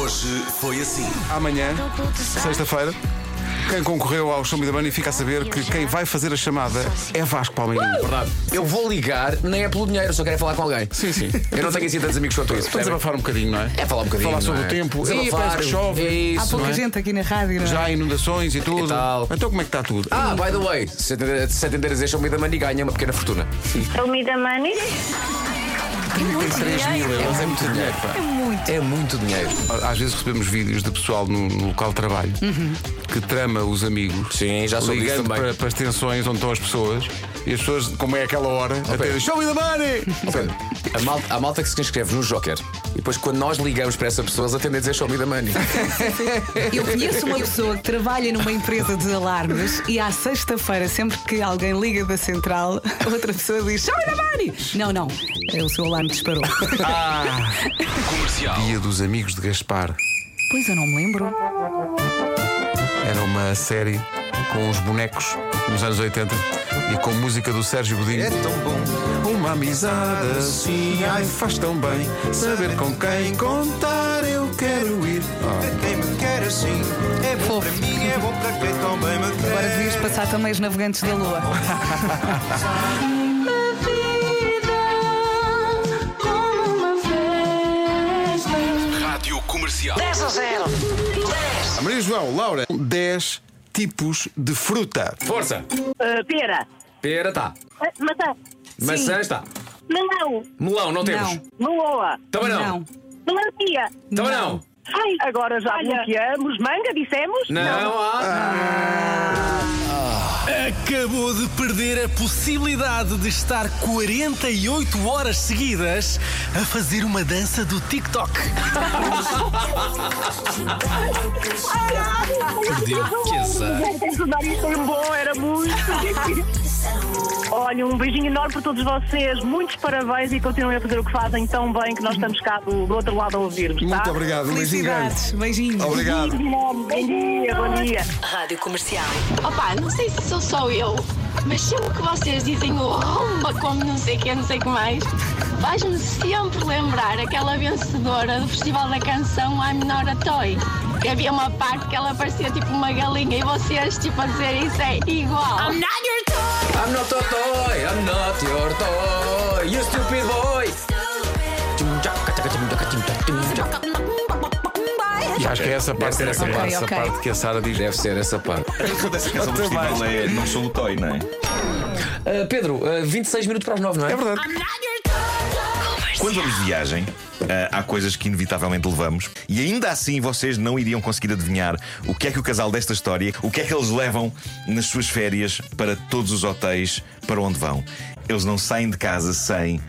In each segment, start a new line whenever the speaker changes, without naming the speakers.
Hoje foi assim.
Amanhã, sexta-feira, quem concorreu ao Show Me the Money fica a saber que quem vai fazer a chamada é Vasco Palmeirinho.
Verdade. Eu vou ligar, nem é pelo dinheiro, só quero é falar com alguém.
Sim, sim.
Eu não tenho assim tantos amigos quanto isso.
Estou a
percebem?
desabafar um bocadinho, não é?
É falar um bocadinho.
Falar sobre
não é?
o tempo.
Sim,
Ela fala
falar,
que chove.
Há
Isso, não
pouca
é?
gente aqui na rádio, não é?
Já há inundações e tudo.
tal.
Então como é que está tudo?
Ah, by the way, se atender- se atenderes este homem da mãe um ganha uma pequena fortuna.
Show me the money.
33 mil euros é muito dinheiro. pá.
É muito dinheiro.
Às vezes recebemos vídeos de pessoal no, no local de trabalho que trama os amigos.
Sim, já soube disso
Ligando
também.
para, para as tensões onde estão as pessoas e as pessoas, como é aquela hora, a
Pedro.
ter show me the money!
Ó, Pedro, A malta, a malta que se inscreve no Joker e depois quando nós ligamos para essa pessoa, eles atendem a dizer show me the money.
Eu conheço uma pessoa que trabalha numa empresa de alarmes e à sexta-feira, sempre que alguém liga da central, outra pessoa diz: Chama da Mari! Não, não, é o seu alarme disparou.
Dia dos Amigos de Gaspar.
pois eu não me lembro.
Era uma série com os bonecos nos anos 80 e com música do Sérgio Godinho. É tão bom. Uma amizade assim, ai, faz tão bem. Saber com quem contar eu quero ir.
Quem me quer assim é bom para mim, é bom para quem também me quer.
Agora devias passar também os navegantes da Lua.
Rádio Comercial.
Maria João, Laura, 10 tipos de fruta.
Força!
Uh, pera.
Pera tá.
Uh, maçã.
Maçã está.
Melão.
Melão, não temos.
Não.
Meloa.
Também não.
Melancia.
Também não.
é Ai, agora já bloqueamos. Manga, dissemos?
Não há.
Acabou de perder a possibilidade de estar 48 horas seguidas a fazer uma dança do TikTok. Perdeu. Que azar.
é O nariz foi bom, era muito. Olha, um beijinho enorme para todos vocês. Muitos parabéns e continuem a fazer o que fazem tão bem que nós estamos cá do, do outro lado a ouvir-vos, tá?
Muito obrigado, um beijinho grande.
Felicidades, beijinhos.
Obrigado.
Bom dia, bom dia.
Rádio Comercial.
Opa, não sei se sou só eu, mas sempre que vocês dizem o Roma como não sei quem, não sei o que mais, faz-me sempre lembrar aquela vencedora do Festival da Canção, a Minora Toy. Que havia uma parte que ela parecia tipo uma galinha e vocês tipo a dizer isso é igual.
I'm not your toy, I'm not your toy, you stupid boy.
E acho que é essa parte,
ser essa
essa parte,
parte.
essa
Ok, ok.
parte que a Sara diz.
Deve ser essa parte.
Acontece que a canção do festival é Não Sou o Toy, não é?
Ah, Pedro, ah, 26 minutos para as 9, não é?
É verdade.
Quando vamos de viagem, ah, há coisas que inevitavelmente levamos e ainda assim vocês não iriam conseguir adivinhar o que é que o casal desta história, o que é que eles levam nas suas férias para todos os hotéis para onde vão. Eles não saem de casa sem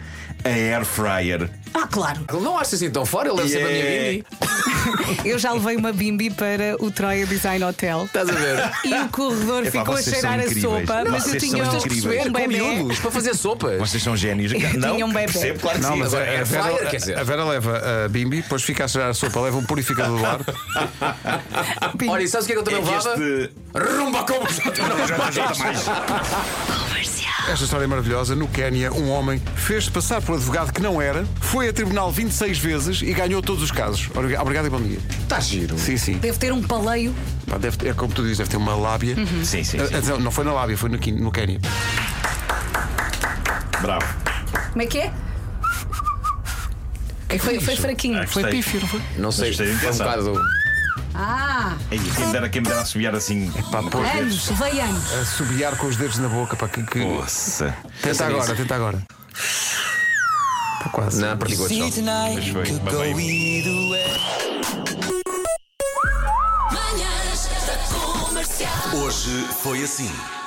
a air fryer.
Ah, claro.
Ele não acha assim tão fora, ele deve ser da minha
Yeah.
bimbi.
Eu já levei uma bimbi para o Troia Design Hotel.
Estás a ver?
E o corredor
Epá,
ficou a
vocês
cheirar
são
a
incríveis.
sopa, mas eu
Vocês
tinha
são
um
incríveis. É
um
Com
bebê.
miúdos, para fazer sopas.
Vocês são génios. Não,
um bebê.
percebo, claro que
Não,
sim.
mas a,
agora
a
air
Vera,
fryer, quer dizer.
a Vera leva a Bimbi, depois fica a cheirar a sopa, leva um purificador do ar.
Olha, e sabes o que é que eu também
É que
levava?
este-
Rumba como jamais.
Esta história é maravilhosa. No Quénia, um homem fez-se passar por um advogado que não era, foi a tribunal 26 vezes e ganhou todos os casos. Obriga- Obrigado e bom dia.
Tá
Está giro.
Sim, sim.
Deve ter um paleio.
Pá, deve- é como tu dizes, deve ter uma lábia.
Sim, Uhum. sim,
Ah,
sim.
atenção, não foi na lábia, foi no, Quin- no Quénia.
Bravo.
Como é que é? foi, foi fraquinho.
Ah,
foi
gostei.
pífiro. Foi...
Não sei,
Gostei da
foi um
intenção.
bocado.
Ah,
Ei, quem me dera quem me dera a subir assim.
Pá, pô,
anos, veio anos.
a subiar com os dedos na boca. Pá, que, que-
Poça.
Tenta agora, tenta agora. Está quase.
Não, perdi gosto. não.
Mas foi, mas foi.
Hoje foi assim.